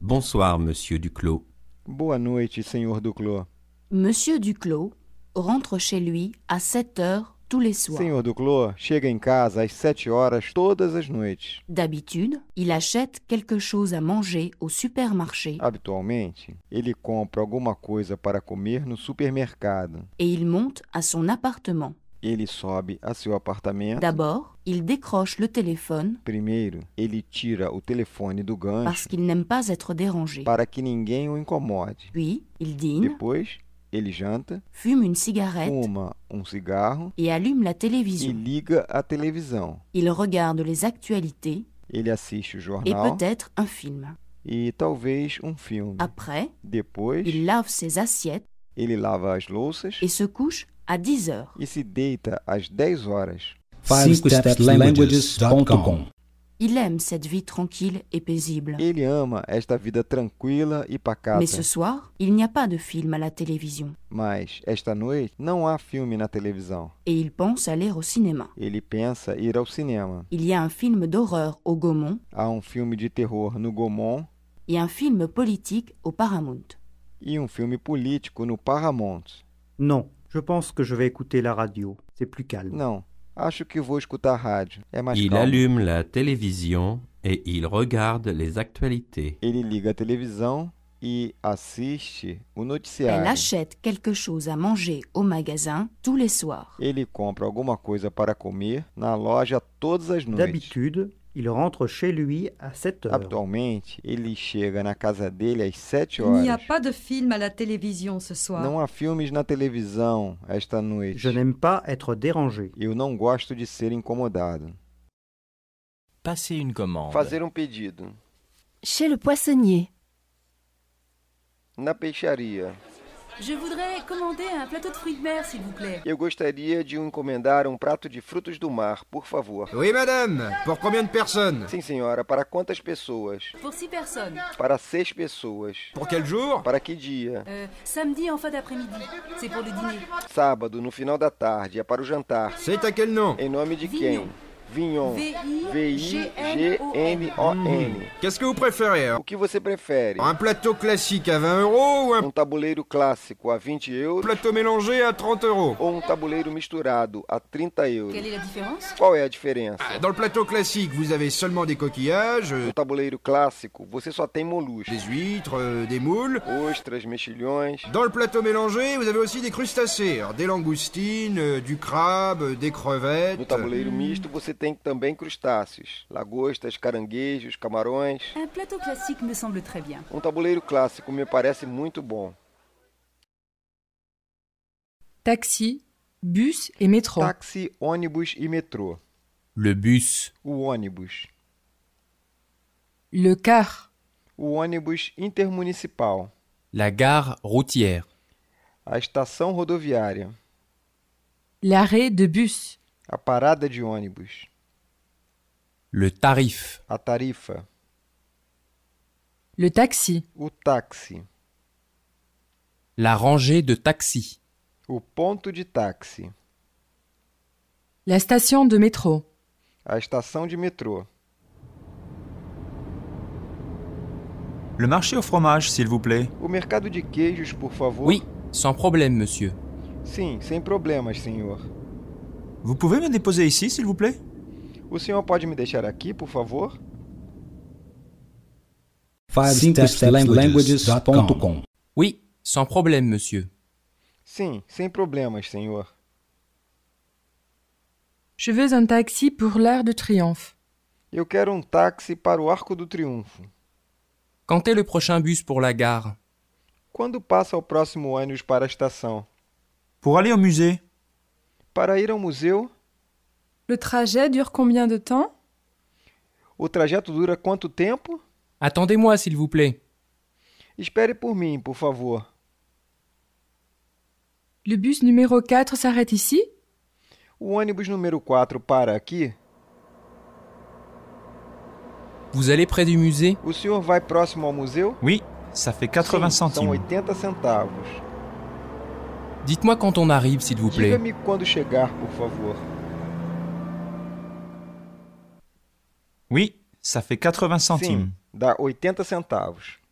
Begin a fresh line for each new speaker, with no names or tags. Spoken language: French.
Bonsoir, monsieur Duclos.
Boa noite, senhor Duclos.
Monsieur Duclos rentre chez lui à 7 heures tous les soirs.
Senhor Duclos chega em casa às sete horas todas as noites.
D'habitude, il achète quelque chose à manger au supermarché
Habitualmente, ele compra alguma coisa para comer no supermercado.
et il monte à son appartement.
Ele sobe a seu apartamento.
D'abord, il décroche le téléphone
Primeiro, ele tira o telefone do
parce
gancho
qu'il n'aime pas être dérangé.
para que ninguém o incomode.
Puis, il dîne,
Depois, ele janta,
fume une cigarette
fuma um cigarro
et allume la
e
télévision.
liga a televisão.
Il regarde les actualités
Ele assiste o
et
jornal
peut-être un film.
e talvez um filme.
Après,
Depois,
il lave ses assiettes
ele lava as louças
et se couche à 10 heures.
e se deita às 10 horas.
5stepslanguages.com
Il aime cette vie tranquille et paisible.
Ele ama esta vida tranquila e pacata,
Mais ce soir, il n'y a pas de film à la télévision
mas esta noite não há filme na televisão.
et il pense aller au cinéma.
Ele pensa ir ao cinema.
Il y a un film d'horreur au Gaumont
Há um filme de terror no Gaumont
et un film politique au Paramount.
e um filme político no Paramount.
Non, je pense que je vais écouter la radio. C'est plus calme.
Não, acho que vou escutar rádio. É mais
Il
calmo.
allume la télévision et il regarde les actualités.
Ele liga a televisão e assiste o
Elle
noticiário.
achète quelque chose à manger au magasin tous les soirs.
Ele compra alguma coisa para comer na loja todas as noites.
D'habitude, il rentre chez lui à 7
É.
Ah,
heures.
Atualmente, ele chega na casa dele às 7
Il n'y a
horas.
pas de film à la télévision ce soir.
Não há filmes na televisão esta noite.
Je n'aime pas être dérangé.
Eu não gosto de ser incomodado.
Passer une commande.
Fazer um pedido.
Chez le poissonnier.
Na peixaria.
Je voudrais commander un plateau de fruits de mer, s'il vous plaît.
Eu gostaria de encomendar um prato de frutos do mar, por favor.
Oui, madame. Pour combien de personnes
Sim, senhora. Para quantas pessoas?
Pour six personnes.
Para seis pessoas.
Pour quel jour
Para que dia?
Euh, samedi en fin d'après-midi. C'est pour le dîner.
Sábado, no final da tarde. É para o jantar.
C'est à quel nom
Em nome de quem?
Oh.
Vignon.
V-I-G-N-O-N.
Oh,
V-I-G-N-O-N.
Hmm. Qu'est-ce que vous préférez
O que você prefere?
Un plateau classique à 20 euros ou un
Um tabuleiro clássico a 20 euros
plateau mélangé à 30 euros
ou um tabuleiro misturado a 30
Quelle
euros?
est la différence
Qual é a diferença?
Ah, Dans le plateau classique, vous avez seulement des coquillages, euh,
No tabuleiro clássico, você só tem moluscos,
des huîtres, euh, des moules.
ostras, mexilhões.
Dans le plateau mélangé, vous avez aussi des crustacés, alors des langoustines, euh, du crabe, euh, des
No
crevettes.
tabuleiro misto, você tem também crustáceos, lagostas, caranguejos, camarões.
Un plateau classique me semble très bien.
Um tabuleiro clássico me parece muito bom.
Taxi, bus et métro.
Táxi, ônibus e metrô.
Le bus,
O ônibus.
Le car.
O ônibus intermunicipal.
La gare routière.
A estação rodoviária.
L'arrêt de bus.
A parada de ônibus.
Le tarif.
A tarifa.
Le taxi.
O táxi.
La rangée de taxis.
O ponto de táxi.
La station de métro.
A estação de metrô.
Le marché au fromage, s'il vous plaît.
O mercado de queijos, por favor.
Oui, sans problème, monsieur.
Sim, sem problemas, senhor.
Vous pouvez me déposer ici, s'il vous plaît
O senhor pode me deixar aqui, por favor?
5stepslanguages.com
Oui, sans problème, monsieur.
Sim, sem problemas, senhor.
Je veux un taxi pour l'Arc de Triomphe.
Eu quero um táxi para o Arco do Triunfo.
Quand est le prochain bus pour la gare
Quando passa o próximo ônibus para a estação?
Pour aller au musée
Para ir ao museu,
Le trajet dure combien de temps
o trajeto dura quanto tempo?
Attendez-moi, s'il vous plaît.
Espere por mim, por favor.
Le bus numéro 4 s'arrête ici
O ônibus número 4 para aqui?
Vous allez près du musée
O senhor vai próximo ao museu?
Oui, ça fait 80
Sim, São
centimes.
80 centavos.
Dites-moi quand on arrive, s'il vous plaît.
Diga-me quando chegar, por favor.
Oui, ça fait 80 centimes.
Sim, dá 80 centavos.